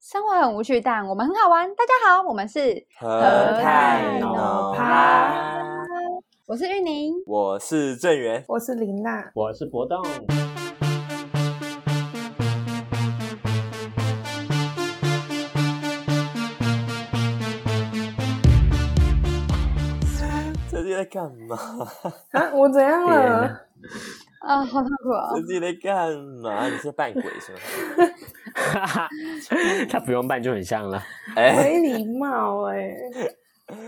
生活很无趣，但我们很好玩。大家好，我们是何太脑脑趴趴，我是玉宁，我是郑源。我是林娜，我是博栋，这季在干嘛？啊，我怎样了？啊、好痛苦哦这！季在干嘛？你是扮鬼是 吗？ 他不用扮就很像 了。哎、没礼貌哎、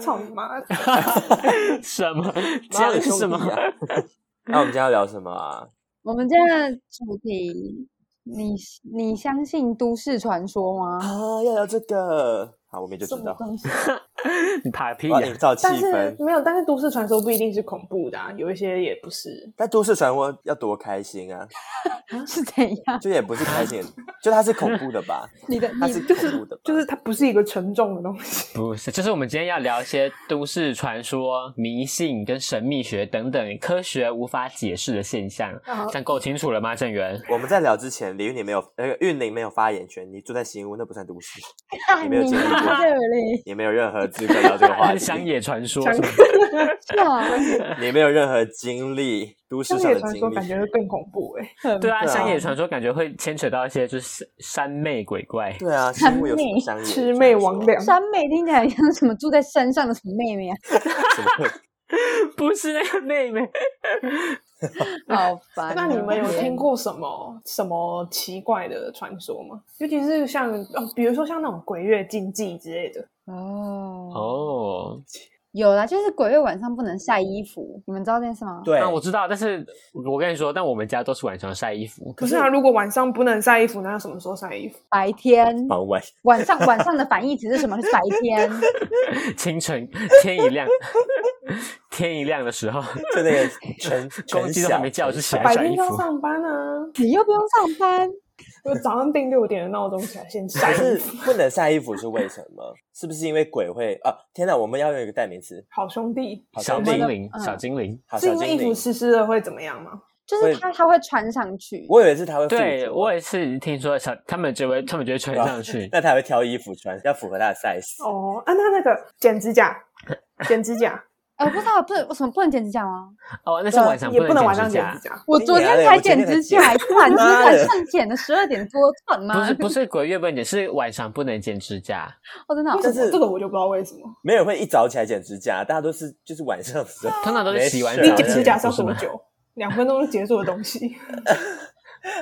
操你妈！什么？这妈样的是兄弟什么？啊！ 那我们今天要聊什么啊？我们今天的主题，你你相信都市传说吗？啊，要聊这个。好，我们就什知么道。东西？你怕屁我呀要、营造气但是氛。没有，但是都市传说不一定是恐怖的、啊，有一些也不是。但都市传闻要多开心啊！是怎样？就也不是开心， 就它是恐怖的 吧？你的它你是就恐是怖的吧？就是它不是一个沉重的东西，不是，就是我们今天要聊一些都市传说、迷信跟神秘学等等科学无法解释的现象。啊这样够清楚了吗，郑 源？我们在聊之前，李玉宁没有，呃，玉宁没有发言权。你住在新屋，那不算都市， 看没有你经历过在这里，也没有任何资格聊这个话乡题。野传说 乡是吗？是啊，你没有任何经历，都市乡上野的传说经感觉历。会更恐怖哎、 对啊，对啊乡野传说感觉会牵扯到一些就是山妹鬼怪。对啊，新屋有什么妹商业魑魅传说魍魉山妹听起来像什么住在山上的什么妹妹啊？什么鬼 不是那个妹妹，好烦哦！那你们有听过什么什么奇怪的传说吗？尤其是像哦，比如说像那种鬼月禁忌之类的，哦？哦，有啦，就是鬼月晚上不能晒衣服，你们知道这件事吗？对，啊，我知道，但是我跟你说，但我们家都是晚上晒衣服。可是啊，如果晚上不能晒衣服，那要什么时候晒衣服？白天傍晚晚上晚上的反义词是什么？是白天。清晨天一亮， 天一亮的时候，就那个 陈公陈鸡都还晓没叫就起来白晒天衣就要服。上班啊，你又不用上班，我早上定六点的闹钟起来先晒可衣 服。是不能晒衣服是为什么？是不是因为鬼会啊？天哪，我们要用一个代名词，好兄弟，好小像精是灵，嗯啊小精灵。好是小因为衣精服灵。湿湿的会怎么样吗？就是他他会穿上去。我以为是他会附着，对我也是听说小，他们就会他们就会啊穿上 去。那他会挑衣服穿，要符合他的 size。哦，啊，那那个剪指甲，剪 指甲，呃，不知道不能为什么不能剪指甲吗？哦，那是对啊晚上也不能晚剪上指剪甲指。甲。我昨天才剪指甲，晚上妈晚的上剪的十二点多，算吗？不是不是鬼月不能剪，是晚上不能剪指甲。我真的啊好为什但么是这个我就不知道为什么？没有人会一早起来剪指甲，大家都是就是晚上的 时候。通常都是洗完澡没你事啊再剪指甲是要啊不是多吗？久？两分钟就结束的 东西，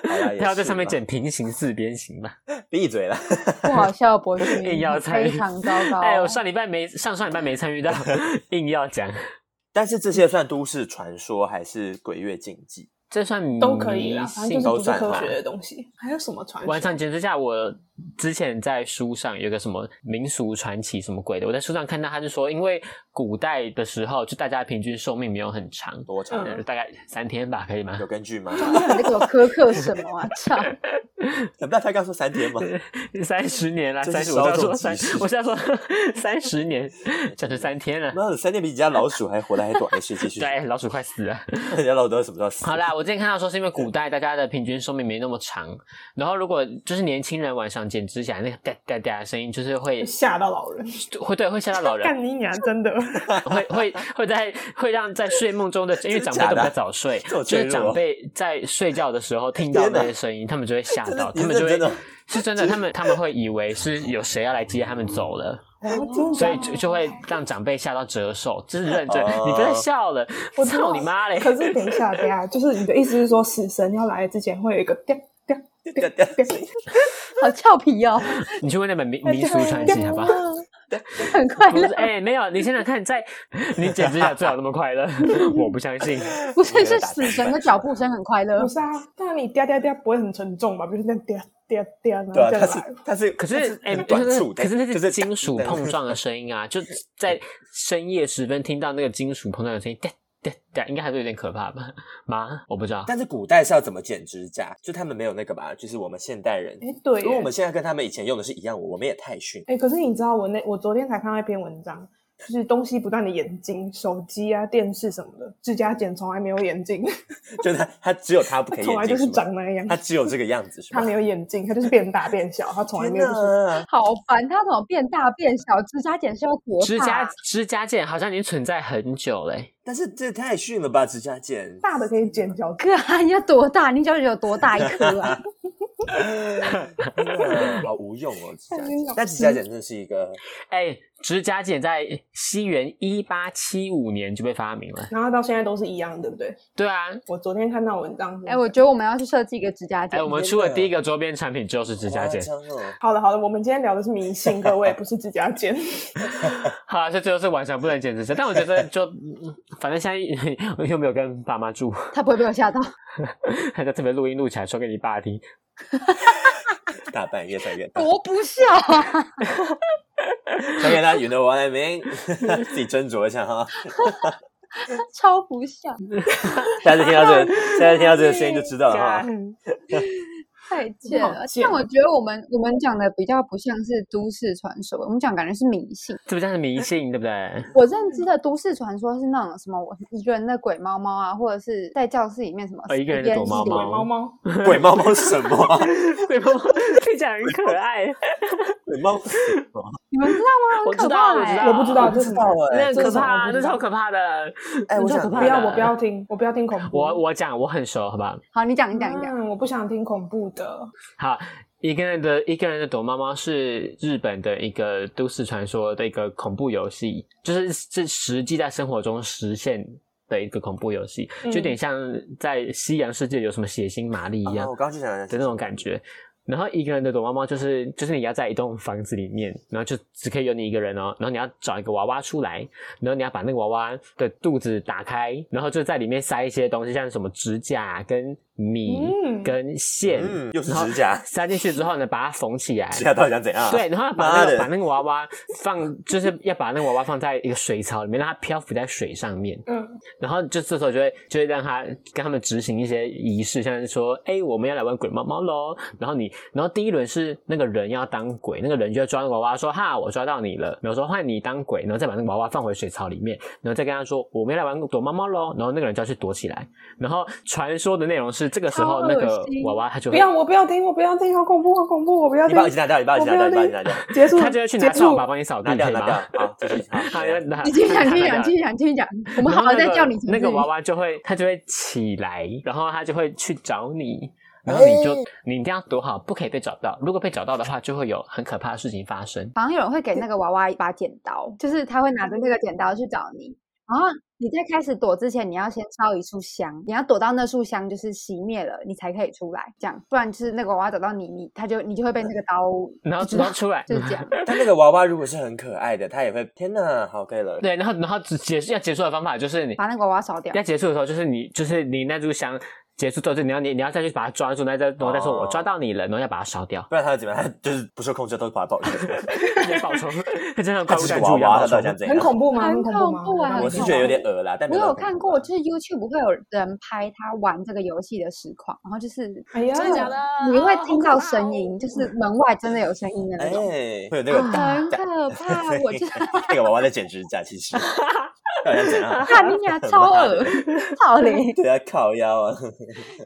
好啦也他要在上面是剪平行四边形吧？吧，闭嘴啦！ 不好笑，哦博君硬要参与非常糟哦糕。哦哎，我上礼拜没上上礼拜没参 与到，硬要讲，但是这些算都市传说还是鬼月禁忌？这算迷都可以啦，反信正都就是算不是科吧学的东西。还有什么传晚说？上剪指甲，我之前在书上有个什么民俗传奇什么鬼的，我在书上看到他就说，因为古代的时候，就大家平均寿命没有很长，多长？嗯呃大概三天吧，可以吗有？根据吗？你这个苛刻什么啊？操！怎么大家刚说三天吗？ 三十年啦，这是三十，稍我在纵说即三逝，我在说 三十年，这是三天了。妈的，三天比你家老鼠还活得还短，还是继续？对，老鼠快死了。人家老鼠什么时候死？好啦，我之前看到说是因为古代大家的平均寿命没那么长，然后如果就是年轻人晚上剪指甲那个哒哒哒的声音，就是 会吓到老人，会对会吓到老人， 干你娘！真的，会会会在会让在睡梦中的，因为长辈都比较早睡，这种就脆是弱长辈在睡觉的时候听到天哪那些声音，他们就会吓到，这他是们就真会的哦是真的，他们他们会以为是有谁要来接他们走了，真所以的就就会让长辈吓到折寿，这是认真。哦你不要再笑了，我知道操你妈嘞！可是等一下，等一下，就是你的意思是说，死神要来之前会有一个 掉掉掉掉好俏皮哦，你去问那本哎民民啊俗传奇 好不好？很快不乐是，。哎，没有，你想想看，在 你剪指甲最好那么快乐， 我不相信。不是，是死神的脚步声很快乐不。是啊，但你掉掉掉不会很沉重吧？比如说那掉掉掉，然后对啊，再它是来。它是，可是哎，哎，就短是促的，可是那就是是金属碰撞的声音啊，就在深夜时分听到那个金属碰撞的声音，哒哒哒，应该还是有点可怕吧？ 妈，我不知道。但是古代是要怎么剪指甲？就他们没有那个吧？就是我们现代人，哎，对耶，因为我们现在跟他们以前用的是一样，我我们也太逊。哎，可是你知道我那我昨天才看到一篇文章，就是东西不断的演进，手机啊、电视什么的，自家剪从来没有演 进，就他他只有他不可以从来眼就睛是吗长那样他。只有这个样子是他吗？没有眼镜，他就是变大变小，他从来没有就是哪好烦，它怎么变大变小？指甲剪是要多大？指甲指甲剪好像已经存在很久嘞、欸但是这太逊了吧，指甲剪。 大的可以剪小指，哥啊，你要多大？你脚趾有多大一颗 啊？真的好无用哦，指甲太无剪用。但指甲剪真的是一个，哎、指甲剪在西元一八七五年就被发明了。然后到现在都是一样，对不对？对啊，我昨天看到文章，哎、我觉得我们要去设计一个指甲哎、剪。我们真出的的第一个周边产品就是指甲剪夸。张哦，好了好了，我们今天聊的是 迷信，各位不是指甲剪。好啊，这就是晚上不能剪指甲，但我觉得就嗯反正现在 又没有跟爸妈住，他不会被我 吓到。还在特别录音录起来说给你爸听。大半夜越大，多不孝啊！想给大家 you know what I mean，自己斟酌一下哈。超不孝，下次听到这个，下次听到这个声音就知道了啊哈。太贱好了。贱但我觉得我们我们讲的比较不像是都市传说，我们讲感觉是迷信。这不像是迷信，对不对？我认知的都市传说是那种什么我一个人的鬼猫猫啊，或者是在教室里面什么哦一个人的边躲猫 洗猫对猫猫，鬼猫猫是什么啊？ 对不？听起来很可爱。鬼猫你们知道吗？我很可知道怕、我知欸，道我不知道我这不是知什道么。哎那，这很是可什么怕，我不那知道超可怕的。哎，我这想可不怕要，的我不要听，我不要听恐怖。我我讲，我很熟，好不好？好，你讲，你讲，你讲。嗯，我不想听恐怖的。好，一个人的一个人的躲猫猫是日本的一个都市传说的一个恐怖游戏，就是是实际在生活中实现的一个恐怖游戏，嗯就有点像在西洋世界有什么血腥玛丽一样啊我刚刚就想的那种感觉。然后一个人的躲猫猫就是就是你要在一栋房子里面，然后就只可以有你一个人哦，然后你要找一个娃娃出来，然后你要把那个娃娃的肚子打开，然后就在里面塞一些东西，像什么指甲跟米、嗯跟线，嗯又是然后指甲塞进去之后呢，把它缝起来。指甲到底想怎样？啊对，然后把那妈个的把那个娃娃放，就是要把那个娃娃放在一个水槽里面，让它漂浮在水上面。嗯，然后就这时候就会就会让他跟他们执行一些仪式，像是说，哎、我们要来玩鬼猫猫喽。然后你，然后第一轮是那个人要当鬼，那个人就要抓那个娃娃说，哈，我抓到你了。然后说换你当鬼，然后再把那个娃娃放回水槽里面，然后再跟他说，我们要来玩躲猫猫喽。然后那个人就要去躲起来。然后传说的内容是，这个时超候恶那个心娃娃他就不会。要，我不要听，我不要听，好恐怖，好恐怖，我不要你听把。我一起拿掉，你把我一起拿掉，你把我一起拿掉，结束，他就会去拿结束扫把帮你扫拿地，掉可以拿吗掉， 好，继续。好好，拿你继续 讲，继续拿掉讲，继续讲，继续讲。我们然好后好那再个叫你几那个次娃娃就会，它就会起来，然后它就会去找你，哎然后你就、你一定要躲好，不可以被找到。如果被找到的话，就会有很可怕的事情发生。好像有人会给那个娃娃一把剪刀，就是他会拿着那个剪刀去找你。然后你在开始躲之前，你要先烧一束香，你要躲到那束香就是熄灭了，你才可以出来。这样，不然就是那个娃娃找到你，你他就你就会被那个刀，然后就知然后道出来，就是这样。但那个娃娃如果是很可爱的，它也会天哪，好可以了。对，然后然后只结束要结束的方法就是你把那个娃娃烧掉要。结束的时候，就是你就是你那炷香结束之后，就你要你你要再去把它抓住，那再然后再说哦我抓到你了，然后要把它烧掉 ，不然它会怎么样？它就是不受控制，都把它抱起来。 你要保存，它真的它怪物只是弹个珠娃一样娃，它保到存底想怎很样？恐怖吗？很很怖吗？恐怖啊我是觉得有点恶啦，但没我有到看恐怖过，就是 YouTube 会有人拍他玩这个游戏的实况，然后就是哎呀，真的假的你会听到声音，就是门外真的有声音的那哎种，，会有 那个哎很哒可怕。我真哎 的。 那个娃娃在剪指甲，其实到底想怎样？看你俩超恶， 超灵，对啊，靠腰啊！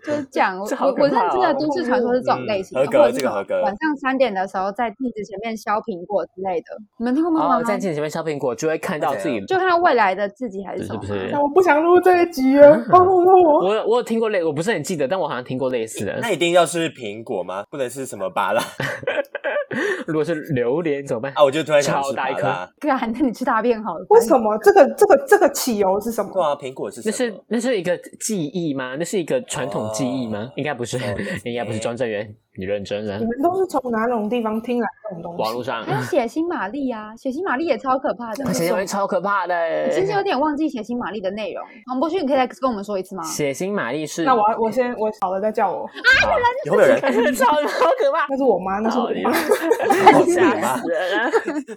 就是讲我这好我可我认怕知哦的都市传说是这种类型的，嗯合格或者是这个什么合格晚上三点的时候在镜子前面削苹果之类的，你们听过吗？哦，在镜子前面削苹果就会看到自己，就看到未来的自己还是什是么不？是那？我不想录这一集了，好恐怖哦！啊我有我有听过类，我不是很记得，但我好像听过类似的。那一定要是苹果吗？不能是什么芭拉如果是榴莲怎么办？啊！我就突然想超吃大芭啊一颗拉。干，那你吃大便好了。为什么这个这个这个起由是什对么？啊，苹果是那什是么？那是一个记忆吗？那是一个传统记忆吗哦？应该不是哦对， 应该不是。庄正元，你认真了你。们都是从哪种地方听来这种东西？网络上还，有血腥玛丽啊，血腥玛丽也超可怕的。血腥玛丽超可怕的我。其实有点忘记血腥玛丽的内容，黄博勋，你可以再跟我们说一次吗？血腥玛丽是那我要我先我好了再叫我，啊有没有人？ 超超可怕。哦 那是我妈，那是我妈。你吓你吗死人了！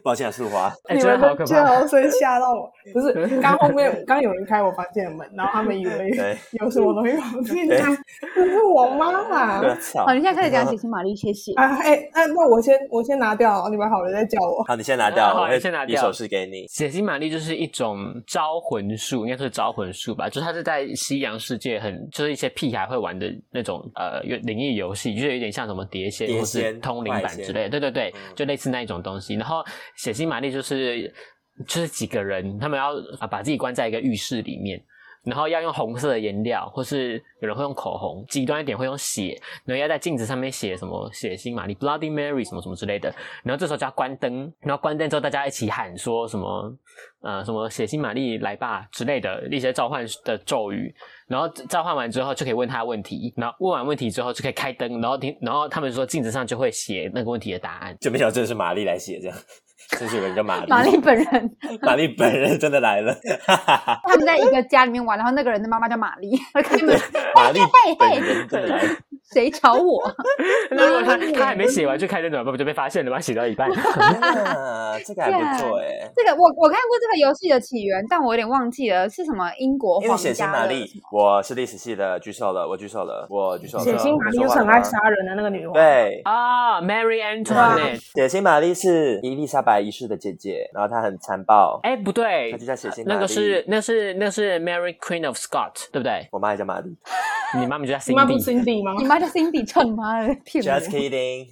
抱歉啊，素华，哎、你真们的好的 可最怕！后声吓到 我，不是刚后面刚有人开我房间的门，然后他们以为对 有什么东西跑进对来，这是我妈妈对。啊，操好，！你现在开始讲解析玛丽，谢谢。啊，哎，那那我先我先拿掉，你们好了再叫我。好，你先拿掉，好我会你先拿比掉手势给你。解析玛丽就是一种招魂术，应该说是招魂术吧，就是它是在西洋世界很就是一些屁孩会玩的那种呃有灵异游戏，就是有点像什么碟仙碟或是仙通灵怪版仙之类的，对对对嗯，就类似那一种东西。然后血腥玛丽就是就是几个人，他们要啊把自己关在一个浴室里面。然后要用红色的颜料，或是有人会用口红，极端一点会用血，然后要在镜子上面写什么血腥玛丽 （Bloody Mary） 什么什么之类的。然后这时候就要关灯，然后关灯之后大家一起喊说什么呃什么血腥玛丽来吧之类的一些召唤的咒语，然后召唤完之后就可以问他问题，然后问完问题之后就可以开灯，然后听然后他们说镜子上就会写那个问题的答 案。就没想到真的是玛丽来写这样，真是有人叫玛丽，玛丽本 人，玛丽本人真的来了，哈哈哈他们在一个家里面玩，然后那个人的妈妈叫玛 丽，然后开门，玛丽嘿本嘿，人真的来了。谁吵我？那如果他他还没写完就开灯怎么办？不就被发现了吗？写到 一半。啊，这个还不错哎，这个我我看过这个游戏的起源，但我有点忘记了是什么英国因为皇血腥家玛的什么。，丽我是历史系的，举手了，我举手了，我举手了。血腥玛丽就是很爱杀人的那个女王，，对。啊、m a r y Antoinette，血腥玛丽是伊丽莎白一世的姐姐，然后她很残暴，哎、不对她就，叫血腥玛丽。那个是那是那是 Mary Queen of Scott，对不对？我妈也叫玛丽。你妈妈就叫你妈不 Cindy。 Cindy 吗你？妈叫 Cindy 唱妈 的，骗 Just 我！ kidding，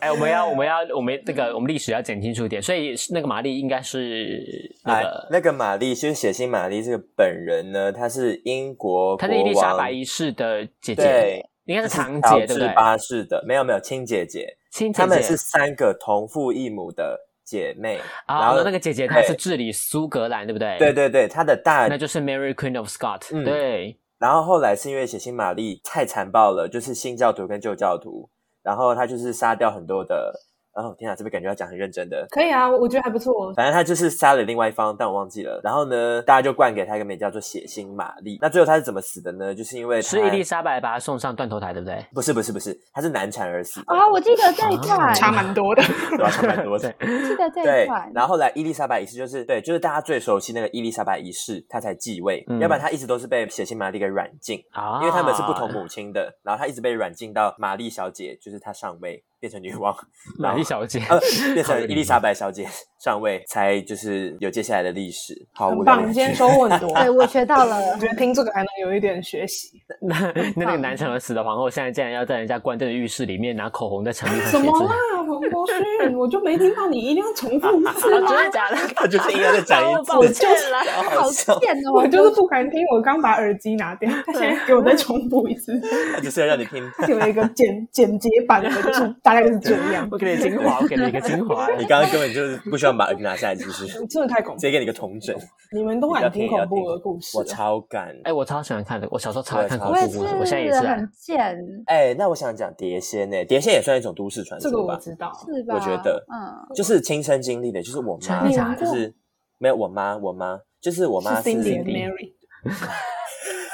哎、我们要我们要我们这个我们历史要讲清楚一点，所以那个玛丽应该是那哎个，那个玛丽就是血腥玛丽这个本人呢，她是英国她哎国是伊丽莎白王，一世的姐姐对，应该是堂乔姐对不治对？八世的，没有没有亲姐姐，亲姐她们是姐三个同父异母的姐妹。啊，然后那个姐姐她对是治理苏格兰对不对？对，对对，她的大哎那就是 Mary Queen of Scott、嗯对，然后后来是因为血腥玛丽太残暴了，就是新教徒跟旧教徒，然后他就是杀掉很多的。哦天啊，这边感觉要讲很认真的。 可以啊，我我觉得还不错。反正他就是杀了另外一方，但我忘记了。然后呢，大家就灌给他一个名叫做血腥玛丽。那最后他是怎么死的呢？就是因为他是伊丽莎白把她送上断头台对不对？不是不是不是，他是难产而死的。哦啊，我记得这一啊。段， 差蛮多的，对啊差蛮多的 对记得这一对段，。然后后来伊丽莎白一世就是对，就是大家最熟悉那个伊丽莎白一世，她才继位，嗯要不然她一直都是被血腥玛丽给软禁。啊，因为他们是不同母亲的，然后她一直被软禁到玛丽小姐，就是她上位变成女 王，玛丽小姐，呃，变成伊丽莎白小姐上位，才就是有接下来的历史。好，很我棒，你今天收获很多。对，我学到了。 我觉得听这个还能有一点学习。那 那那个难产而死的皇后，现在竟然要在人家关灯的浴室里面拿口红在墙壁上写什字，么 啊啦，黄国勋，我就没听到你一定要重复一次啊吗？真的假的？他就是硬要再讲一次，抱歉了，好好笑，贱哦！我就是不敢听，我刚把耳机拿掉，他现在给 我再重复一次，他就是要让你听。他给了一个简简洁版的， 就是大概就是这样。我给你精华，我给你一个精 华。你刚刚根本就是不需要把耳机拿下来，其实直真的太恐怖接，给你个同枕。你们都你不要敢听听恐怖的故事啊哦我了，超敢。哎、我超喜欢看的，我小时候超我爱也看超恐我也怖是，故事，哦我现在也是啊。很贱，哎，那我想讲碟仙呢，碟仙也算一种都市传这个说我吧，知道。是吧？我觉得嗯，就是亲身经历的，就是我妈，真的假的就是没有我妈，我妈就是我妈是 Cindy 是 and Mary，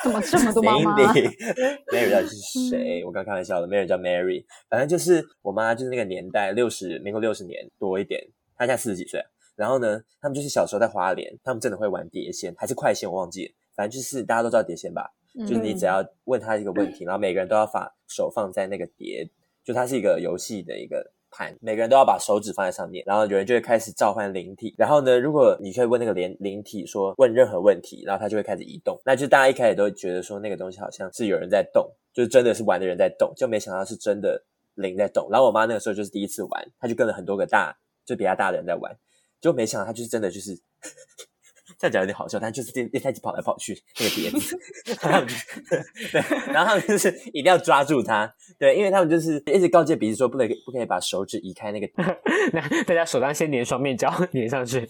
怎么这么多妈妈？ 嗯 Mary 到底是谁？我刚开玩笑的，Mary 叫 Mary，反正就是我妈，就是那个年代六十，民国六十年多一点，她现在四十几岁啊。然后呢，他们就是小时候在花莲，他们真的会玩碟仙，还是快仙，我忘记了。反正就是大家都知道碟仙吧，嗯就是你只要问他一个问题，然后每个人都要把手放在那个碟，就它是一个游戏的一个盘，每个人都要把手指放在上面，然后有人就会开始召唤灵体。然后呢，如果你可以问那个灵灵体说问任何问题，然后它就会开始移动。那就大家一开始都觉得说那个东西好像是有人在动，就是真的是玩的人在动，就没想到是真的灵在动。然后我妈那个时候就是第一次玩，她就跟了很多个大就比她大的人在玩，就没想到她就是真的就是 这样讲有点好笑，但就是电电太子跑来跑去那个碟子，然后他们就是对，然后他们就是一定要抓住它，对，因为他们就是一直告诫彼此说不能不可以把手指移开那个， 那大家手上先粘双面胶 粘上去，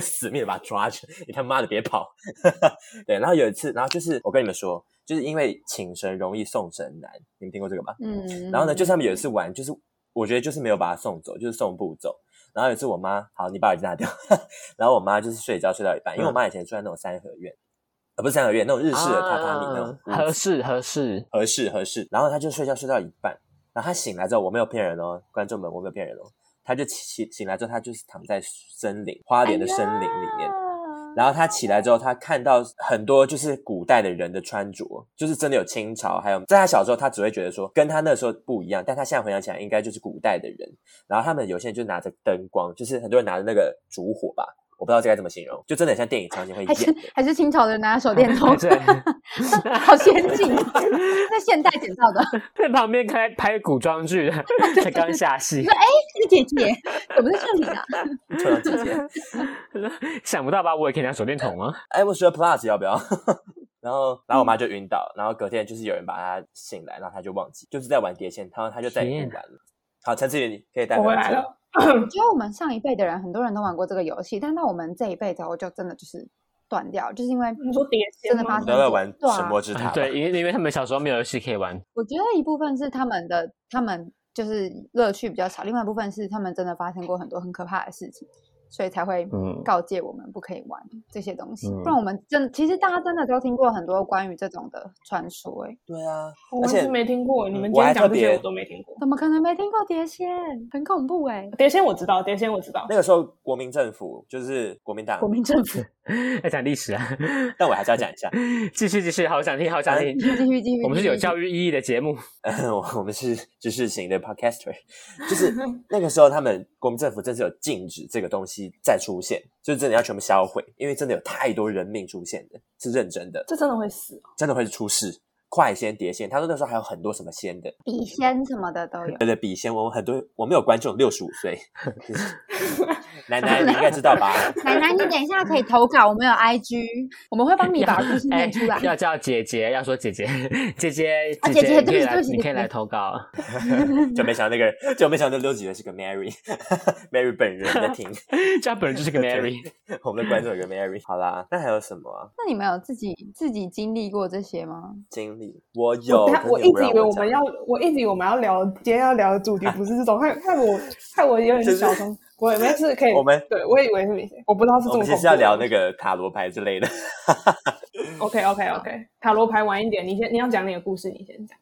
死命的把它抓着，你他妈的别跑， 对，然后有一次，然后就是我跟你们说，就是因为请神容易送神难，你们听过这个吗？嗯，然后呢，就是他们有一次玩，就是我觉得就是没有把他送走，就是送步走。然后有一次我妈，好，你把耳机拿掉。 然后我妈就是睡觉睡到一半，因为我妈以前住在那种三合院，呃，不是三合院，那种日式的榻榻米那种啊屋合子，适合适。，合适合适。然后她就睡觉睡到一半，然后他醒来之后，我没有骗人哦，观众们，我没有骗人哦。他就起醒来之后，他就是躺在森林花莲的森林里哎面。然后他起来之后，他看到很多就是古代的人的穿着，就是真的有清朝，还有在他小时候，他只会觉得说跟他那时候不一样，但他现在回想起来，应该就是古代的人。然后他们有些人就拿着灯光，就是很多人拿着那个烛火吧，我不知道这该怎么形容，就真的很像电影场景会还演是的。还是清朝的人拿手电 筒哎对， 好先进， 在现代捡到的。 在旁边开拍古装剧， 才刚下戏，这个姐 姐怎么在这里啊？突然之间 想不到吧？我也可以拿手电筒啊！哎，我说 Plus 要不 要？然后，然后嗯我妈就晕倒，然后隔天就是有人把她醒来，然后她就忘记，就是在玩碟仙，然后她就再也天不玩了。好，陈志远，你可以带我回回来了。我觉得我们上一辈的人，很多人都玩过这个游戏，但到我们这一辈之后，就真的就是断掉，就是因为你说碟仙真的吗发你生都在玩对啊神魔之塔、啊对，，因为因为他们小时候没有游戏可 以玩，我觉得一部分是他们的他们就是乐趣比较少，另外一部分是他们真的发生过很多很可怕的事情，所以才会嗯告诫我们不可以玩这些东西。嗯不然我们真其实大家真的都听过很多关于这种的传说、欸，哎，对啊，我而完且全没听过，你们嗯今我还天特讲这些别我都没听过。怎么可能没听过碟仙？很恐怖哎、碟仙我知道，碟仙我知道那。个时候国民政府就是国民党国，民政府在讲历史啊。 但我还是要讲一下， 继续继续，好想听，好想听 呃继。续继续继续，我们是有继续教育意义的节目，我们是知识型的 podcaster，就是那个时候他们国民政府真是有禁止这个东西再出现，就是真的要全部销毁，因为真的有太多人命出现的，是认真的，这真的会死哦，真的会出事。快仙、碟仙，他说那时候还有很多什么仙的，笔仙什么的都有。对对，笔仙，我们很多我们有观众六十五岁， 就是奶奶你应该知道吧？ 奶奶，你等一下可以投稿，我们有 IG，我们会帮你把故事哎念出来。，要叫姐姐，要说姐姐， 姐姐，啊姐姐姐你可以对不起来，对不起你可以姐姐来 投稿。就没想到那个，就没想到六几的是个 Mary，Mary 本人在听。 她本人就是个 Mary，我们的观众有个 Mary。好啦，那还有什么啊、那你们有自己自己经历过这些吗？经历？我有，我等下可是我你一不直让以为我讲们要，我一直以为我们要聊今天要聊的主题不是这种，害害我害我有就点是小冲，我以为是可以，我们对我以为是，我不知道是这我么们恐怖其的。实要聊那个塔罗牌之类的。嗯 OK OK OK，塔罗牌晚一点，你先你要讲你的故事，你先讲。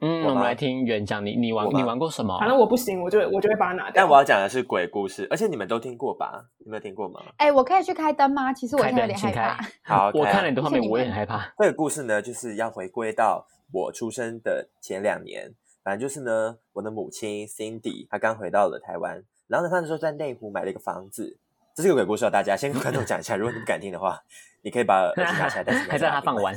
嗯，我我们吗来听远讲，你你玩我吗你玩过什么？反正我不行，我就我就会把它拿掉。但我要讲的是鬼故事，而且你们都听过吧？你们有听过吗？哎，我可以去开灯吗？其实我开现在有灯点请害怕。好，我开啊看了你的画面，谢谢你我也很们害怕。这个故事呢，就是要回归到我出生的前两年。反正就是呢，我的母亲 Cindy 她刚回到了台湾，然后呢，她那时候在内湖买了一个房子。这是个鬼故事哦，大家先跟观众讲一下，如果你不敢听的话，你可以把耳机拿起来，但是你 还在把他它放听完，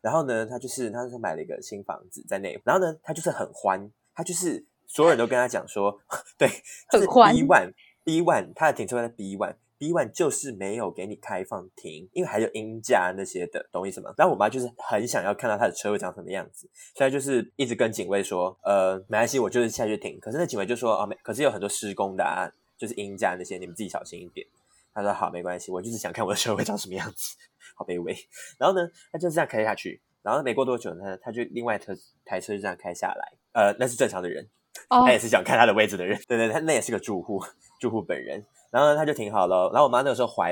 然后呢，他就是他就是买了一个新房子在内，然后呢，他就是很欢，他就是所有人都跟他讲说， 对，很就是欢 B one B one，他的停车位在 B one。B one 就是没有给你开放停，因为还有音架那些的，懂我意思吗？然后我妈就是很想要看到他的车位长什么样子，所以她就是一直跟警卫说，呃，没关系，我就是下去停。可是那警卫就说，哦，没，可是有很多施工的、啊，就是音架那些，你们自己小心一点。他说好，没关系，我就是想看我的车位长什么样子， 好卑微。然后呢，他就这样开下去，然后没过多久呢，他就另外一台台车就这样开下来，呃，那是正常的人，哦他，也是想看他的位置的人，对对，他那也是个住户，住户本人。然后呢，他就停好了，然后我妈那个时候怀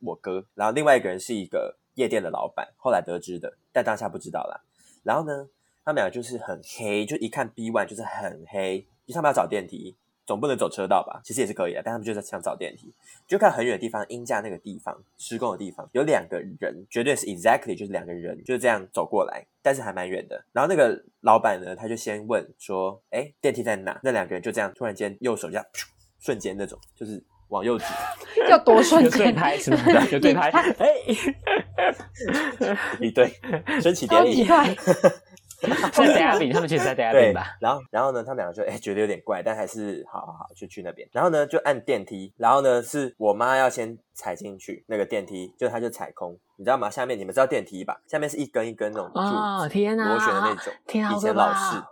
我哥，然后另外一个人是一个夜店的老板，后来得知的，但当下不知道啦。然后呢，他们俩就是很黑，就一看 B one 就是很黑，因为他们要找电梯，总不能走车道吧？其实也是可以的，但他们就是想找电梯。就看很远的地方，鹰架那个地方施工的地方，有两个人，绝对是 exactly 就是两个人就这样走过来，但是还蛮远的。然后那个老板呢，他就先问说：“哎，电梯在哪？”那两个人就这样突然间右手这样，噗瞬间那种就是往右指，要多瞬有对间，拍是吗？有 对拍，哎， 一对升起超典级礼。快，在 d a b b i n 他们其实在 d a b b i 对 n 吧？，然后然后呢，他们两个就哎觉得有点怪，但还是好好好就去那边。然后呢就按电梯，然后呢是我妈要先踩进去那个电梯，就她就踩空，你知道吗？下面你们知道电梯吧？下面是一根一根那种柱哦，子天哪！螺旋的那种， 天啊以前好可怕老式。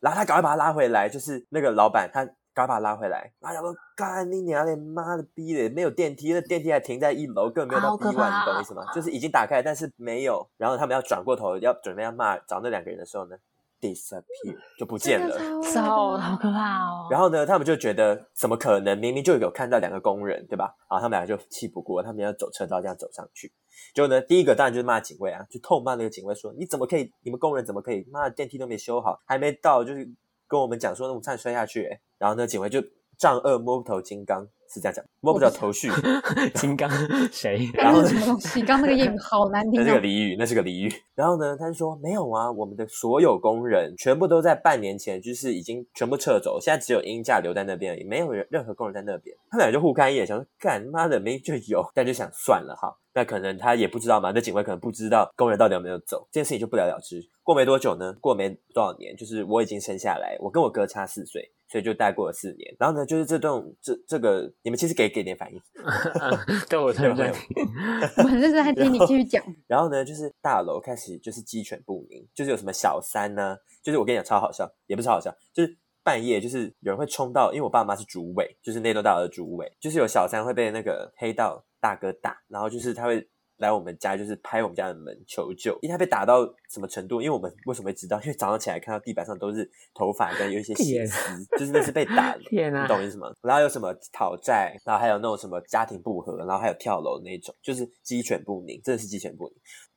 然后他赶快把他拉回来，就是那个老板，他赶快把他拉回来。然后他说：“干你娘嘞，妈的逼嘞，没有电梯，那电梯还停在一楼，根本没有啊好到 B 可 one，、怕啊你懂我意思吗？就是已经打开，但是没有。然后他们要转过头，要准备要骂找那两个人的时候呢，disappear 就不见了。糟，好可怕哦！然后呢，他们就觉得怎么可能？明明就有看到两个工人，对吧？啊然后他们俩就气不过，他们要走车道这样走上去。结果呢，第一个当然就是骂警卫啊，就痛骂那个警卫说：“你怎么可以？你们工人怎么可以？妈的，电梯都没修好，还没到，就是跟我们讲说呢我们差点摔下去、欸，然后呢，警卫就丈二摸不头金刚是这样讲，摸不着头绪，金刚 谁？然后哎 那是什么东西？刚刚那个谚语好难听那是个哦。俚语，那是个俚语。然后呢，他就说没有啊，我们的所有工人全部都在半年前就是已经全部撤走，现在只有鹰架留在那边而已，没有人任何工人在那边。他们俩就互看一眼，想说干妈的没就有，但就想算了哈。那可能他也不知道嘛，那警卫可能不知道工人到底有没有走，这件事情就不了了之。过没多久呢，过没多少年，就是我已经生下来，我跟我哥差四岁，所以就带过了四年。然后呢，就是这段这这个，你们其实可以给点反应， 对，我对认会真有。我很认真在听你继续讲，然后呢，就是大楼开始就是鸡犬不宁，就是有什么小三呢、就是我跟你讲超好笑，也不是超好笑，就是半夜就是有人会冲到，因为我爸妈是主委，就是那栋大楼的主委，就是有小三会被那个黑道大哥打，然后就是他会。来我们家就是拍我们家的门求救，因为他被打到什么程度？因为我们为什么会知道？因为早上起来看到地板上都是头发跟有一些血天丝，就是那是被打的。 天啊你懂我意思吗？然后有什么讨债，然后还有那种什么家庭不和，然后还有跳楼那种，就是鸡犬不宁，真的是鸡犬不宁。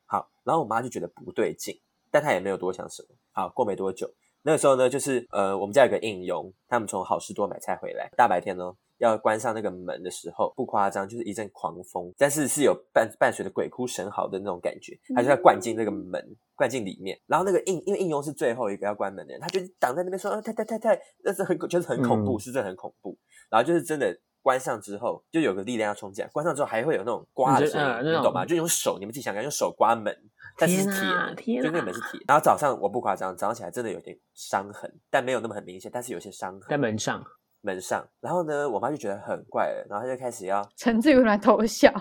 好，然后我妈就觉得不对劲，但她也没有多想什么。好，过没多久，那个时候呢，就是呃，我们家有个应佣，他们从好事多买菜回来，大白天呢要关上那个门的时候，不夸张，就是一阵狂风，但是是有伴伴随着鬼哭神嚎的那种感觉，他就要灌进那个门，灌进里面。然后那个应，因为应佣是最后一个要关门的人，他就挡在那边说：“啊，太太太太，那是很就是很恐怖，嗯是真的很恐怖。”然后就是真的。关上之后，就有个力量要冲进来。关上之后，还会有那种刮的你就声音，呃那你懂种吗？就用手，你们自己想想，用手刮门，但是是铁天啊的，天就那个门是铁的。然后早上我不夸张，早上起来真的有点伤痕，但没有那么很明显，但是有些伤在痕门上，门上。然后呢，我妈就觉得很怪了，然后她就开始要陈志远来偷笑。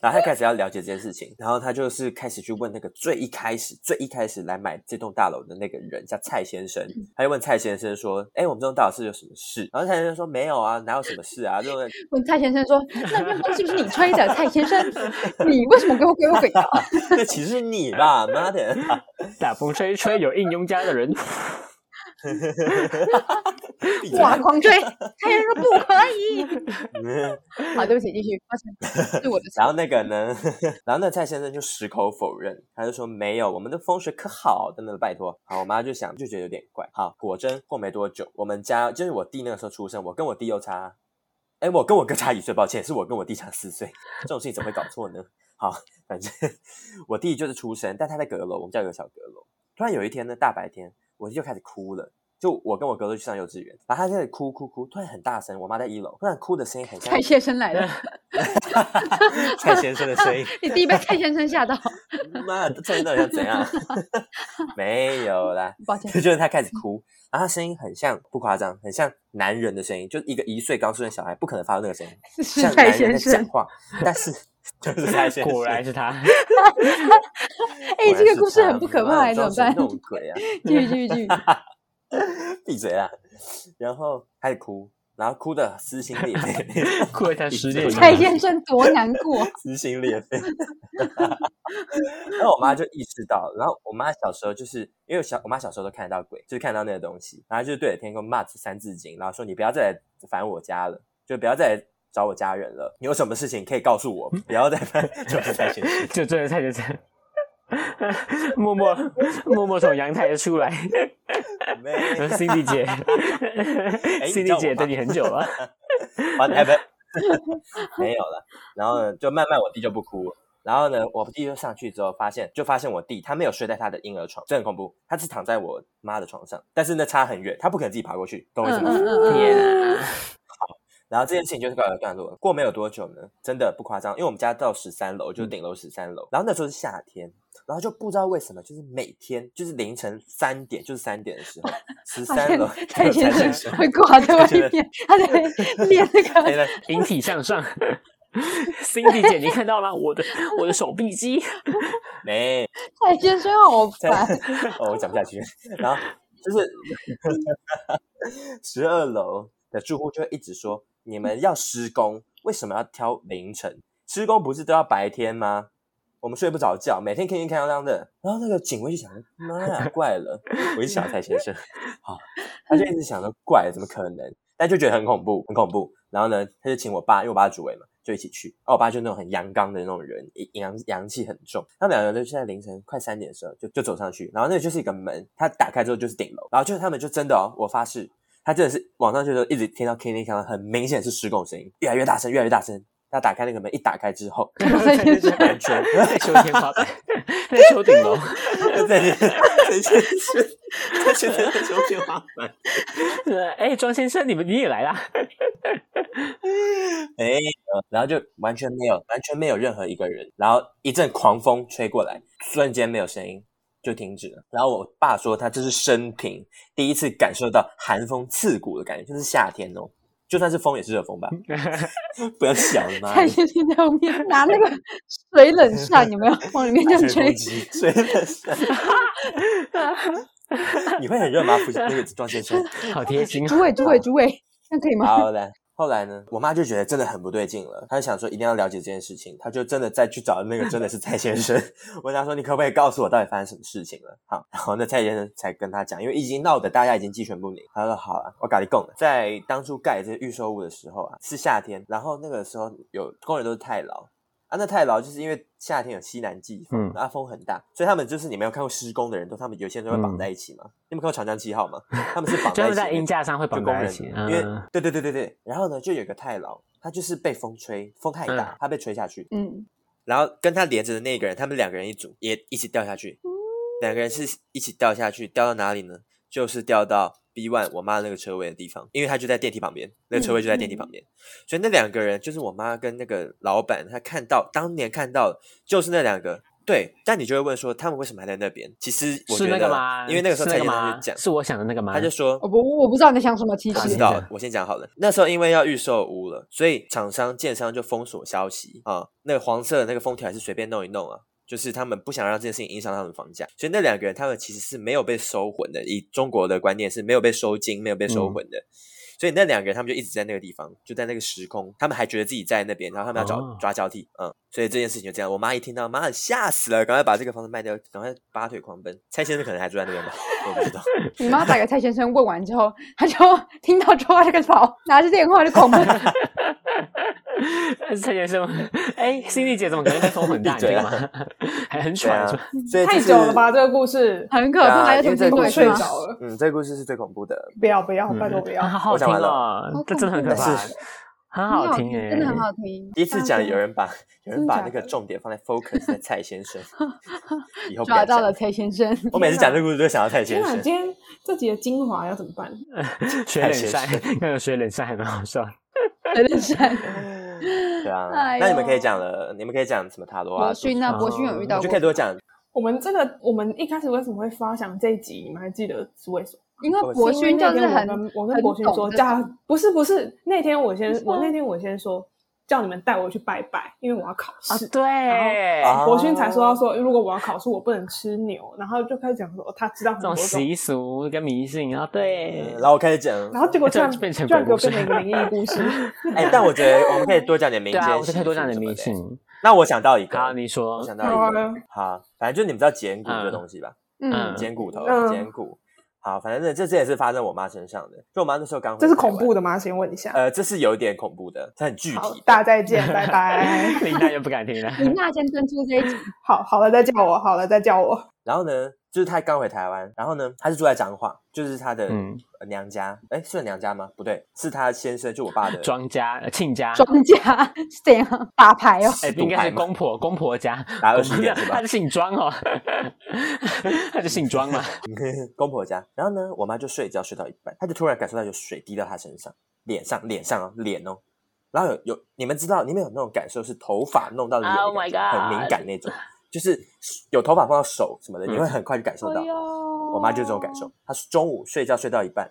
然后他开始要了解这件事情，然后他就是开始去问那个最一开始、最一开始来买这栋大楼的那个人，叫蔡先生。他就问蔡先生说：“哎，我们这栋大楼是有什么事？”然后蔡先生说：“没有啊，哪有什么事啊，这种 问蔡先生说：“那那那是不是你吹的？蔡先生，你为什么给我鬼我鬼道？那岂是你吧，妈的！”大风吹一吹，有应佣家的人，闭哇，嘴狂吹！蔡先生说不可以。嗯好，对不起，继续。抱歉是我的 错。然后那个呢， 然后那蔡先生就矢口否认，他就说没有，我们的风水可好，等等，拜托。好，我妈就想就觉得有点怪。好，果真过没多久，我们家就是我弟那个时候出生，我跟我弟又差，哎，我跟我哥差一岁，抱歉，是我跟我弟差四岁，这种事情怎么会搞错呢？好，反正我弟就是出生，但他在阁楼，我们家有个小阁楼。突然有一天呢，大白天，我弟就开始哭了。就我跟我哥都去上幼稚园，然后他就开始哭哭哭，突然很大声，我妈在一楼，突然哭的声音很 像蔡先生来了， 蔡先生的声音，你第一被蔡先生吓到， 妈，这人到底想怎样？ 没有啦，抱 歉。 就是他开嗯始哭，然后他声音很像，不夸张，很像男人的声音，就一个一岁刚出生的小孩不可能发出那个声音，是像蔡男人先在讲生。 话，但是就是蔡先生，果然 是他。哎，这个故事很不可怕，哎怎么办？ 那种鬼啊！继续，继续，继 续。闭嘴啦！ 然后开始哭，然后哭的撕心 裂肺，哭得像失恋一样蔡先生多难过，撕心裂肺。 嗯然后我妈就意识到，然后我妈小时候就是因为我小我妈小时候都看得到鬼，就是看到那个东西，然后她就对着天空骂《三字经》，然后说你不要再来烦我家了，就不要再来找我家人了，你有什么事情可以告诉我，不要再烦， 就是在现实。就真的蔡先生，默默默默从阳台出 来没，Cindy 姐哎你知道，Cindy 我姐吗等你很久了， whatever，没有了。然后呢，就慢慢我弟就不哭了。然后呢，我弟就上去之后，发现就发现我弟他没有睡在他的婴儿床，这很恐怖。他是躺在我妈的床上，但是呢差很远，他不可能自己爬过去，懂我意思 嗯吗？嗯嗯嗯，天啊！然后这件事情就是告一段落了。过没有多久呢，真的不夸张，因为我们家到十三楼，嗯就是顶楼十三楼。然后那时候是夏天，然后就不知道为什么，就是每天就是凌晨三点，就是三点的时候，十发三现楼 蔡 就有先蔡生会挂在 外面，他在练那个哎那引体向上。Cindy 姐，你看到吗？我的我的手臂 肌，没蔡先生好烦。 哦，我讲不下去。然后就是十二楼的住户就会一直说，你们要施工，为什么要挑凌晨？施工不是都要白天吗？我们睡不着觉，每天天天看亮亮的。然后那个警卫就想说，妈呀，怪了！我一直想蔡先生，好，他就一直想说怪了，怎么可能？但就觉得很恐怖，很恐怖。然后呢，他就请我爸，因为我爸是主委嘛，就一起去。然后我爸就那种很阳刚的那种人，阳阳气很重。他们两个人就在凌晨快三点的时候就就走上去，然后那个就是一个门，它打开之后就是顶楼，然后就是他们就真的哦，我发誓，他真的是往上去的时候一直听到 k i n g 响，很明显是施工声音，越来越大声，越来越大声。他打开那个门，一打开之后，在天上完全在修天花板，在修顶 楼，在这在这在这在这修天花板。对哎，庄先生，你们你也来啦？没有，然后就完全没有，完全没有任何一个人。然后一阵狂风吹过来，瞬间没有声音，就停止了。然后我爸说，他这是生平第一次感受到寒风刺骨的感觉，就是夏天哦，就算是风也是热风吧。嗯不要想了嘛，蔡徐坤在后面拿那个水冷扇，有没有往里面这样吹吹 风？机，吹风扇，你会很热吗？不是那个庄先生。 好贴心哦 诸位，诸位，诸位，那可以吗？好嘞。后来呢，我妈就觉得真的很不对劲了，她就想说一定要了解这件事情，她就真的再去找那个真的是蔡先生， 问他说你可不可以告诉我到底发生什么事情了？好，然后那蔡先生才跟他讲，因为已经闹得大家已经鸡犬不宁。他说好了，我搞你供了。在当初盖这个预售屋的时候啊，是夏天，然后那个时候有工人都是太劳啊，那太劳就是因为夏天有西南季风，嗯啊风很大，所以他们就是你没有看过施工的人都，他们有些人都会绑在一起嘛。你们看过《长江七号》吗？他们是绑嗯 就在一起他们在的音架上会就绑工在一人，起，因为嗯，对对对对对，然后呢，就有个太郎，他就是被风吹，风太大，嗯他被吹下去，嗯，然后跟他连着的那个人，他们两个人一组，也一起掉下去，嗯两个人是一起掉下去，掉到哪里呢？就是掉到 B one 我妈那个车位的地方，因为他就在电梯旁边，那个车位就在电梯旁边，嗯所以那两个人就是我妈跟那个老板，他看到当年看到的就是那两个。对，但你就会问说他们为什么还在那边？其实我是觉那个得吗？因为那个时候是蔡个先生吗就？讲，是我想的那个吗？他就说我不，我不知道你在想什么，其我啊实知是道的，我先讲好了。那时候因为要预售屋了，所以厂商、建商就封锁消息啊。那个黄色的那个封条也是随便弄一弄啊，就是他们不想让这件事情影响他们房价。所以那两个人他们其实是没有被收魂的，以中国的观念是没有被收金、没有被收嗯魂的。所以那两个人他们就一直在那个地方，就在那个时空，他们还觉得自己在那边，然后他们要找、哦抓交替，嗯，所以这件事情就这样。我妈一听到，妈吓死了，赶快把这个房子卖掉，赶快拔腿狂奔。蔡先生可能还住在那边吧，我不知 道。你妈打给蔡先生问完之后，他就 听到之后他就开始跑，拿着电话 就狂奔。 蔡先生，哎，Cindy 姐怎么感觉在风 很大？你闭这嘴个啊吗？ 还很对 喘，啊是吧？，所以太就是久了吧？这个故事，很可对怕，啊要因重为这新个过一故事次睡吗？着了，嗯，这个故事是最恐怖的。不要不要，嗯拜托不要啊，好好我听讲完了哦，这真的很可但怕是，很很好听听哎，欸真的很好听。第一次讲，大家有人把有人啊真把假那个的重点放在 focus 在蔡先 生，以后不要抓到讲了。蔡先生，我每次天讲哪这个故事都会想到蔡先天哪，生，今天这集的精华要怎么办？学冷先晒，生那个学冷晒还蛮好笑的。 真 是。对啊。哎那你们可以呦讲了，你们可以讲什么塔罗啊？博勋呢？啊博勋有遇你到就过可以，多讲。我们这个，我们一开始为什么会发想这一集？你们还记得是为什么？因为我博是勋因为就是那很天我跟我跟很博勋懂说这叫种他，不是不是，那天我先不是我吗那天我先说叫你们带我去拜拜，因为我要考啊试。，对，然后博勋才说到说，如果我要考试，我不能吃牛，然后就开始讲说哦他知道很这多种种，习俗跟迷信啊，嗯对，然后我开始讲。然后结果居然哎就变居成然鬼给我故事变成一个灵异故 事。哎，但我觉得我们可以多讲点民对间，啊，我是可以多讲点迷信。。那我想到一个，好，你说我，想到好一个，啊好，反正就是你们知道剪骨这个嗯东西吧？嗯嗯，剪骨头，嗯剪骨。好，反正这这这也是发生在我妈身上的，就我妈那时候刚回这是台恐湾怖的吗？先问一下。呃，这是有一点恐怖的，它很具体好的，大家再见，拜拜。 林大又不 敢听了。林娜先登出这一集，好好了，再叫我，好了，再叫我。然后呢，就是他刚回台湾，然后呢，他是住在彰化，就是他的嗯，呃娘家，哎、是娘家吗？不对，是他先生，就我爸的。庄家、呃亲家，庄家是怎啊样打牌 哦？哎，赌应该牌是吗公婆，公婆家，打公20婆点家是吧他是姓庄哦，他就 姓庄嘛。公婆家。然后呢，我妈就睡觉睡到一半，她就突然感受到有水滴到她身上，脸上，脸上哦，脸哦。然后有有，你们知道，你们有那种感受是头发弄到你脸的 Oh my 感觉很敏 God 感那种，就是有头发碰到手什么的，你嗯会很快就感受到。我我妈就这种感哦受。，她是中午睡觉睡到一半，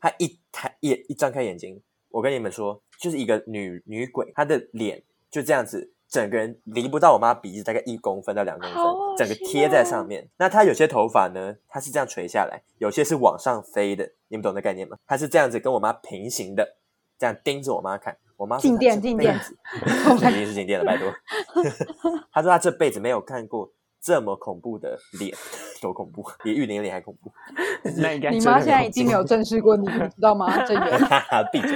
她一抬一一张开眼睛，我跟你们说，就是一个女女鬼，她的脸就这样子，整个人离不到我妈鼻子大概一公分到两公分好恶，整个心贴在哦上面。那她有些头发呢，它是这样垂下来，有些是往上飞的，你们懂的概念吗？她是这样子跟我妈平行的，这样盯着我妈看。我妈说静她电这静辈电子 已经是 静电了，拜托。她说她这辈子没有看过这么恐怖的脸。多恐怖，比玉玲脸还恐怖。那应该你真的妈很现在恐已经怖没有正视过你，你知道吗？郑 源，哈哈，闭嘴。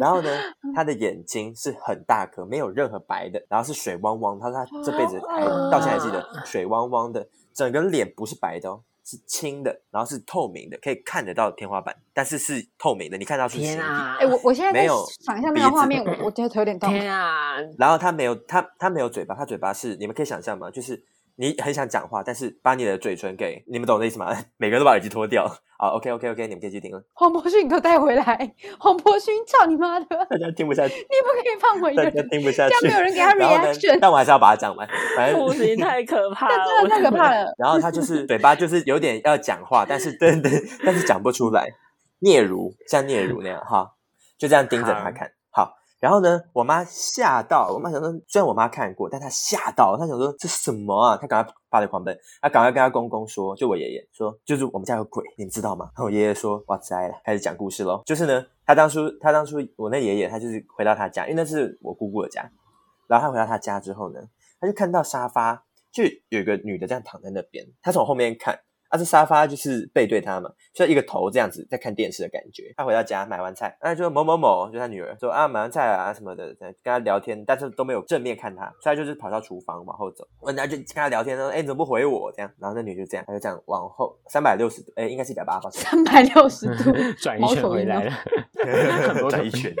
然后呢，他的眼睛是很大颗，没有任何白的，然后是水汪汪。他说他这辈子还到现在还记得水汪汪的，整个脸不是白的哦，是青的，然后是透明的，可以看得到天花板，但是是透明的，你看到是天形体。啊！哎，我我现在没在有想象那鼻个画子面， 我我觉得头有点痛。天啊！然后他没有他他没有嘴巴，他嘴巴是你们可以想象吗？就是你很想讲话，但是把你的嘴唇给你们懂我的意思吗？ 每个人都把耳机脱掉啊，OK OK OK，你们可以去听了，黄柏勋，你给我带回来！黄柏勋，操你妈的！你不大家听不下去，可以放我一个大家人，听不下这去，样没有人给他然后呢 reaction，但我还是要把它讲完，反正不行，太可 怕这哎真的太了！可怕 了。然后他就是嘴巴就是有点要讲话，但是真的但是讲不出来，嗫如像嗫如那样哈，就这样盯着他看。好，然后呢，我妈吓到，我妈想说，虽然我妈看过，但她吓到，她想说这什么啊？她赶快拔腿狂奔，她赶快跟她公公说，就我爷爷说，就是我们家有鬼，你们知道吗？然后我爷爷说，哇塞了，开始讲故事喽。就是呢，他当初他当初我那爷爷他就是回到他家，因为那是我姑姑的家，然后他回到他家之后呢，他就看到沙发就有一个女的这样躺在那边，他从后面看，啊，这沙发就是背对他嘛，就一个头这样子在看电视的感觉。他回到家买完菜，那就某某某就他女儿说啊买完菜啊什么的，跟他聊天，但是都没有正面看他，所以他就是跑到厨房往后走，问他就跟他聊天，他说哎、你怎么不回我这样，然后那女就这样，他就这样往后三百六十度，哎、应该是一百八抱歉，三百六十 度， 转一猫圈头回鹰来哦了，多转一种圈，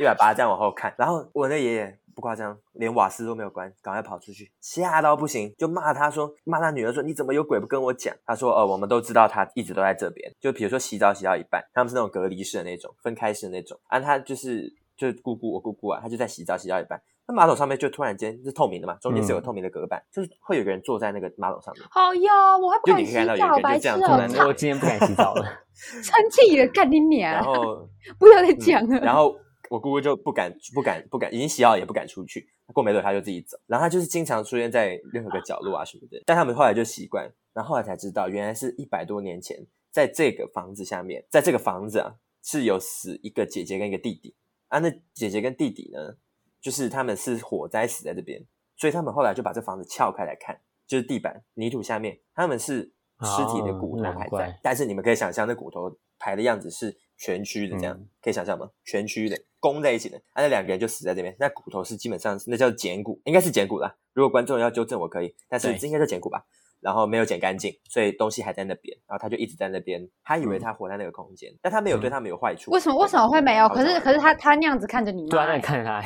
一百八这样往后看。然后我那爷爷不夸张，连瓦斯都没有关，赶快跑出去，吓到不行，就骂他说，骂他女儿说你怎么有鬼不跟我讲？他说呃，我们都知道他一直都在这边，就比如说洗澡洗到一半，他们是那种隔离式的那种，分开式的那种，啊，他就是就是姑姑我姑姑啊，她就在洗澡洗到一半。那马桶上面就突然间是透明的嘛，中间是有嗯透明的隔板，就是会有个人坐在那个马桶上面，好呀，我还不就敢你洗看到有一个澡，人白就痴这样不突哦然！ 操我今天不敢洗澡了。生气了，干你娘嗯然！后嗯不要再讲了。然后我姑姑就不敢、不敢、不敢，已经洗好也不敢出去。过没多久，她就自己走。然后她就是经常出现在任何个角落啊什么的。但他们后来就习惯，然后后来才知道，原来是一百多年前，在这个房子下面，在这个房子啊是有死一个姐姐跟一个弟弟啊。那姐姐跟弟弟呢，就是他们是火灾死在这边，所以他们后来就把这房子撬开来看，就是地板泥土下面，他们是尸体的哦骨头难还在，怪但是你们可以想象那骨头排的样子是蜷曲的，这样、嗯可以想象吗？蜷曲的弓在一起的，啊，那两个人就死在这边，那骨头是基本上是那叫简骨，应该是简骨啦。如果观众要纠正我可以，但是对这应该叫简骨吧。然后没有捡干净，所以东西还在那边，然后他就一直在那边，他以为嗯他活在那个空间，但他没有对嗯他们有坏处。啊为什么为什么会没有？好可讲是完可是他他那样子看着你妈，对啊，那你看他，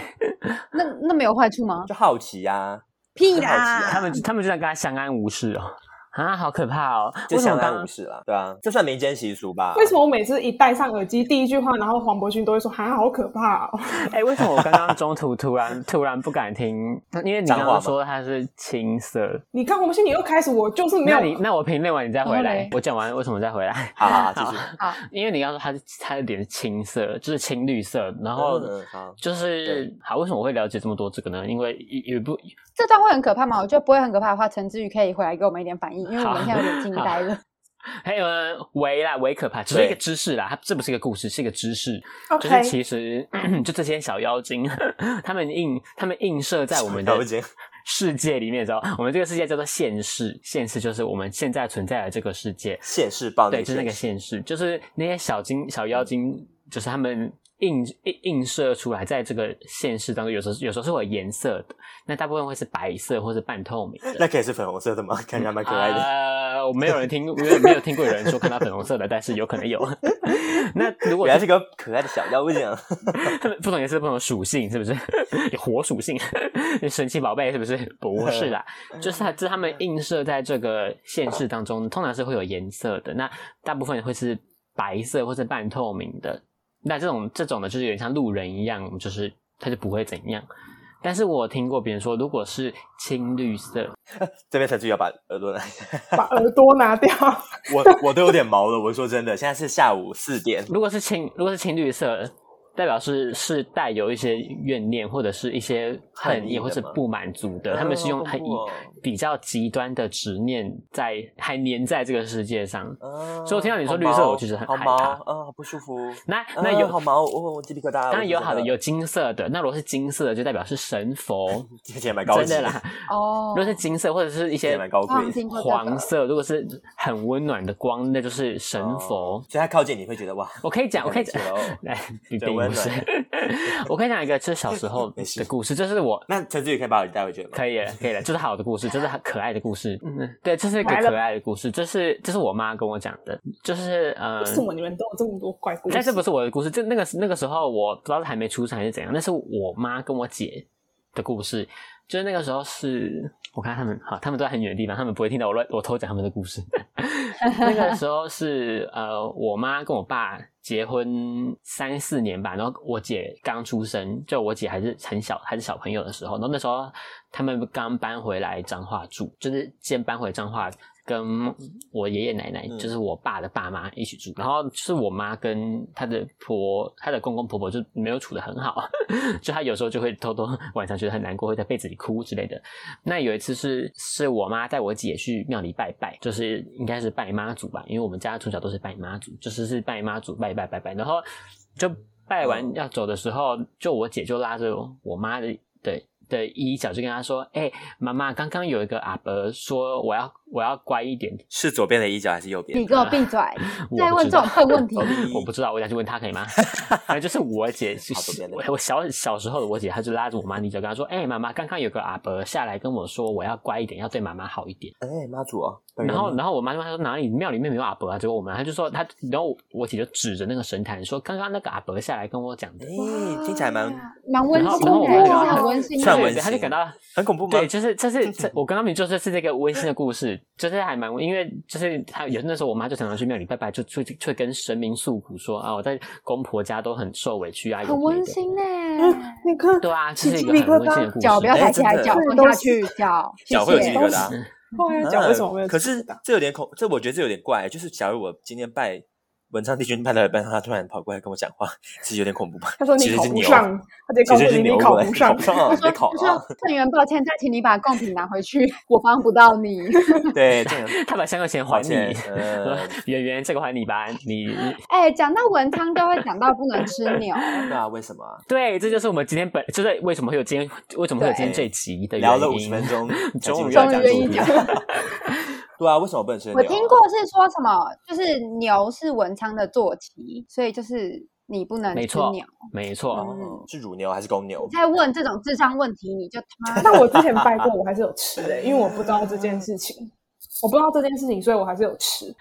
那那没有坏处吗？就好奇啊，屁就好奇啊啦！他们他们就在跟他相安无事哦。啊，好可怕哦！就为什相么刚安刚无事啦，对啊，这算民间习俗吧？为什么我每次一戴上耳机，第一句话，然后黄伯勋都会说：“哈，好可怕、哦！” 哎、为什么我刚刚中途突然突然不敢听？因为你脏刚话刚吗说它是青色，你看黄伯勋，你又开始，我就是没那有你那我评论完你再回然后来嘞，我讲完为什么再回来。好 好好，继续。好，因为你刚刚说它是它的脸是青色，就是青绿色，然后 嗯嗯好就是对好，为什么我会了解这么多这个呢？因为有一部这段会很可怕吗？我觉得不会很可怕的话，陈志宇可以回来给我们一点反应，因为我们好现在有点惊呆了。还有呢，维啦，维可怕，只是对一个知识啦，它这不是一个故事，是一个知识。就 OK 是。其实就这些小妖精，他们映他们映射在我 们的小妖精世界里面，知道我们这个世界叫做现世，现世就是我们现在存在的这个世界。现世报对，内就是那现个世，现世，就是那些小精小妖精，就是他们映映映射出来，在这个现世当中，有时候有时候是会有颜色的，那大部分会是白色或是半透明的。 那可以是粉红色的吗？ 看起来蛮可爱的。呃，我没有人听，没有没有听过有人说看到粉红色的，但是有可能有。 那如果原来是个可爱的小妖精，啊不同颜色、不同属性，是不 是？有火属性， 神奇宝贝是不是？不是啦， 嗯就是它，就是它们映射在这个现实当中，通常是会有颜色的。那大部分会是白色或是半透明的。那这种这种的，就是有点像路人一样，就是它就不会怎样。但是我听过别人说，如果是青绿色， 这边才是要把耳朵拿 下。把耳朵拿掉， 我我都有点毛了。我说真的，现在是下午四点，如果是青，如果是青绿色，代表是是带有一些怨念或者是一些恨恨意意的或是吗不满足的，哦他们是用好很恐怖哦比较极端的执念在还粘在这个世界上。啊所以我听到你说好绿色毛我其实很好害毛怕啊，好不舒服。那啊 那有好毛，我我鸡皮疙瘩。当啊我然就有觉好的，得有金色的。那如果是金色的，就代表是神佛，这些蛮高真级的啦。哦如，果是金色或者是一这些也蛮高贵黄的。金或这黄个色，如果是很温暖的光，那就是神佛哦。所以它靠近你会觉得哇，我可以讲， 我可以讲太美 了哦，来，并对温不是暖， 我可以讲一个，就是小时候 没事的故事，这是我那陈志宇可以把我带回去吗？可以 了，可以了，这是好的故事，这是很可爱的故事，嗯，对，这是一个来了可爱的故事，这是这是我妈跟我讲的，就是呃 为，什么你们都有这么多怪故事？但这不是我的故事，这那个那个时候我不知道是还没出生还是怎样，那是我妈跟我姐的故事，就是那个时候是我看他们好，他们都在很远的地方，他们不会听到我乱我偷讲他们的故事。那个时候是呃，我妈跟我爸结婚三四年吧，然后我姐刚出生，就我姐还是很小还是小朋友的时候，然后那时候他们刚搬回来彰化住，就是先搬回彰化。跟我爷爷奶奶，嗯就是我爸的爸妈一起住，然后就是我妈跟她的婆、她的公公婆婆就没有处的很好，就她有时候就会偷 偷晚上觉得很难过，会在被子里哭之类的。那有一次是是我妈带我姐去庙里拜拜，就是应该是拜妈祖吧，因为我们家从小都是拜妈祖，就是是拜妈祖拜拜拜拜，然后就拜完要走的时候，就我姐就拉着我妈的的的衣角，就跟她说：“哎、妈妈，刚刚有一个阿伯说我要我要乖一点。是左边的衣角还是右边哦的？你给我闭嘴！ 我再不问知这种道笨问题，我不知道，我想去问她可以吗？ 反正就是我姐，是 好多遍了我我小小时候的我姐，她就拉着我妈衣角跟她说：“哎、妈妈，刚刚有个阿伯下来跟我说我要乖一点，要对妈妈好一点。”哎，妈祖哦。本人然后，吗然后我妈就问她说哪里庙里面没有阿伯啊？结果我们她就说她，然后我我姐就指着那个神坛说，刚刚那个阿伯下来跟我讲的，哎，听起来蛮哇蛮温馨然后的，然后我就是啊妈就很温馨算的。温对，她就馨感到很恐怖吗？对，就是这是这我刚刚明就是是这个温馨的故事，就是还蛮因为就是她有那时候我妈就常常去庙里拜拜，就就就会跟神明诉苦说啊我在公婆家都很受委屈啊，有的很没温的。馨呢、你看，对啊，这起是一鸡个皮很疙温馨的瘩，故事。脚不要抬起来，哎脚真的放下去， 脚脚会有鸡皮谢疙谢。嗯瘩。后来讲为什么没啊有鸡可皮是疙瘩？这有点恐，这我觉得这有点怪。就是假如我今天拜文昌帝君拜到一半，他突然跑过来跟我讲话，其实有点恐怖吧？他说其你实考是不牛上，他直接告其诉实是你牛你过考来不上考。不上啊， 别考就啊！说郑源，抱歉，再请你把贡品拿回去， 我帮不到你。对，这样她把香油钱还抱你歉，，说呃，圆圆这个还你吧，你哎、讲到文昌就会讲到不能吃牛，对啊，为什么啊？对，这就是我们今天本，就是为什么会有今天，为什么会有今天对 这集的聊原了五因十分， 钟，才进终于入要到讲终于主愿题意了 对啊，为什么 不能吃牛啊？我听过是说什么，就是牛是文昌的坐骑，所以就是你不能没吃错牛。没错，嗯哦，是乳牛还是公牛你？再问这种智障问题，你就他妈 但我之前拜过，我还是有吃的、因为我不知道这件事情，我不知道这件事情，所以我还是有吃。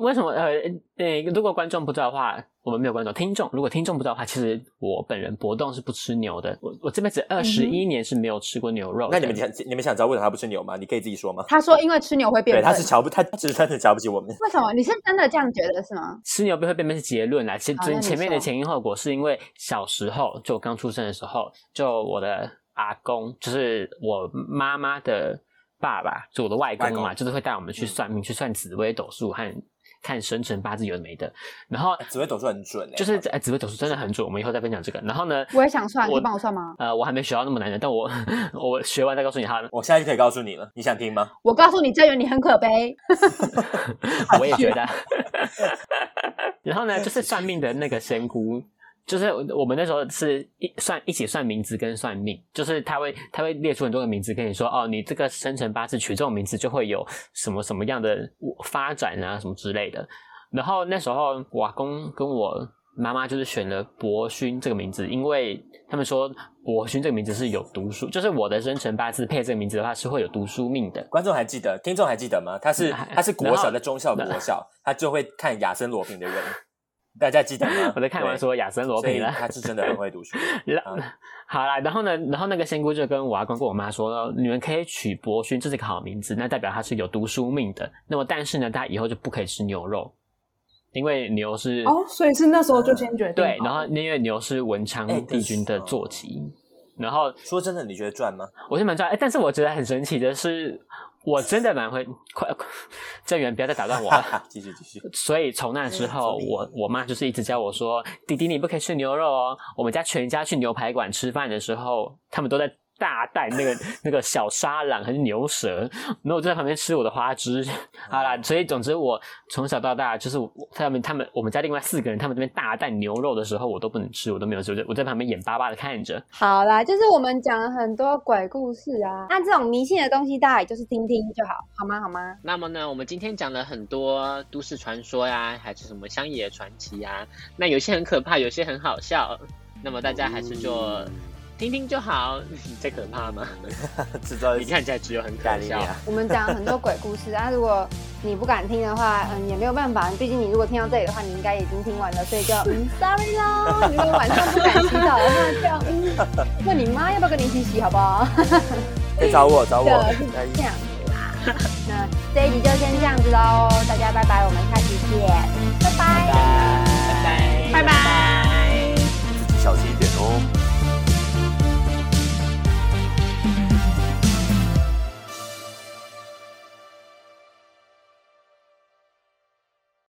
为什么？呃，呃，如果观众不知道的话，我们没有观众，听众如果听众不知道的话，其实我本人搏动是不吃牛的，我我这辈子二十一年是没有吃过牛肉的。那你们想你们想知道为什么他不吃牛吗？你可以自己说吗？他说因为吃牛会变对，笨。他是瞧不，他只是单纯瞧不起我们。为什么？你是真的这样觉得是吗？吃牛便会变成是结论啦。其实哦好那前你前面的说前因后果是因为小时候就我刚出生的时候，就我的阿公，就是我妈妈的爸爸，就我的外公嘛，外公就是会带我们嗯去算命、去算紫微斗数和看生辰八字有的没的。然后紫微斗数很准欸就是哎，紫微斗数真的很准，我们以后再分享这个。然后呢，我也想算，我你帮我算吗？呃，我还没学到那么难的，但我 我学完再告诉你哈。我现在就可以告诉你了，你想听吗？我告诉你，郑源，你很可悲。 我也觉得。然后 呢，就是算命的那个仙姑，就是我们那时候是一算一起算名字跟算命，就是他会他会列出很多个名字跟你说，哦，你这个生辰八字取这种名字就会有什么什么样的发展啊，什么之类的。然后那时候我阿公跟我妈妈就是选了博勋这个名字，因为他们说博勋这个名字是有读书，就是我的生辰八字配这个名字的话是会有读书命的。观众还记得，听众还记得吗？他是嗯还他是国然后？小在中校国小，他就会看亚森罗平的人，大家记得吗 我在看完对说亚森罗所以平了，他是真的很会读 书。然啊好啦，然后呢，然后那个仙姑就跟我阿公跟我妈说，你们可以取博勋，这是一个好名字，那代表他是有读书命的。那么但是呢，他以后就不可以吃牛肉，因为牛是、哦，所以是那时候就先决定。对，然后因为牛是文昌哎帝君的可是哦坐骑。然后说真的，你觉得赚吗？ 我是蛮知道，哎，但是我觉得很神奇的是，我真的蛮会，快快，郑源不要再打断我哈了。哈，继续继续。所以从那之后，嗯我我妈就是一直教我说：“弟弟，你不可以吃牛肉哦。”我们家全家去牛排馆吃饭的时候，他们都在大啖 那个那个小沙朗还是牛舌，然后我就在旁边吃我的花枝。好啦，所以总之我从小到大就是我他们他们我们家另外四个人他们这边大啖牛肉的时候，我都不能吃，我都没有吃，我就我在旁边眼巴巴的看着。好啦，就是我们讲了很多鬼故事啊， 那这种迷信的东西，大家也就是听听就好，好吗？好吗？那么呢，我们今天讲了很多都市传说呀，还是什么乡野传奇呀，那有些很可怕，有些很好笑。那么大家还是 就听听就好， 这可怕吗？制造你看起来只有很可干你笑。啊！我们讲了很多鬼故事，啊但如果你不敢听的话，嗯，也没有办法，毕竟你如果听到这里的话，你应该已经听完了，所以就嗯，sorry 喽。如果晚上不敢洗澡的话，就嗯，问你妈要不要跟你一起洗，好不好？可以找我找我的是，那一这样子啦。那这一集就先这样子喽，大家拜拜，我们下期见，拜拜哦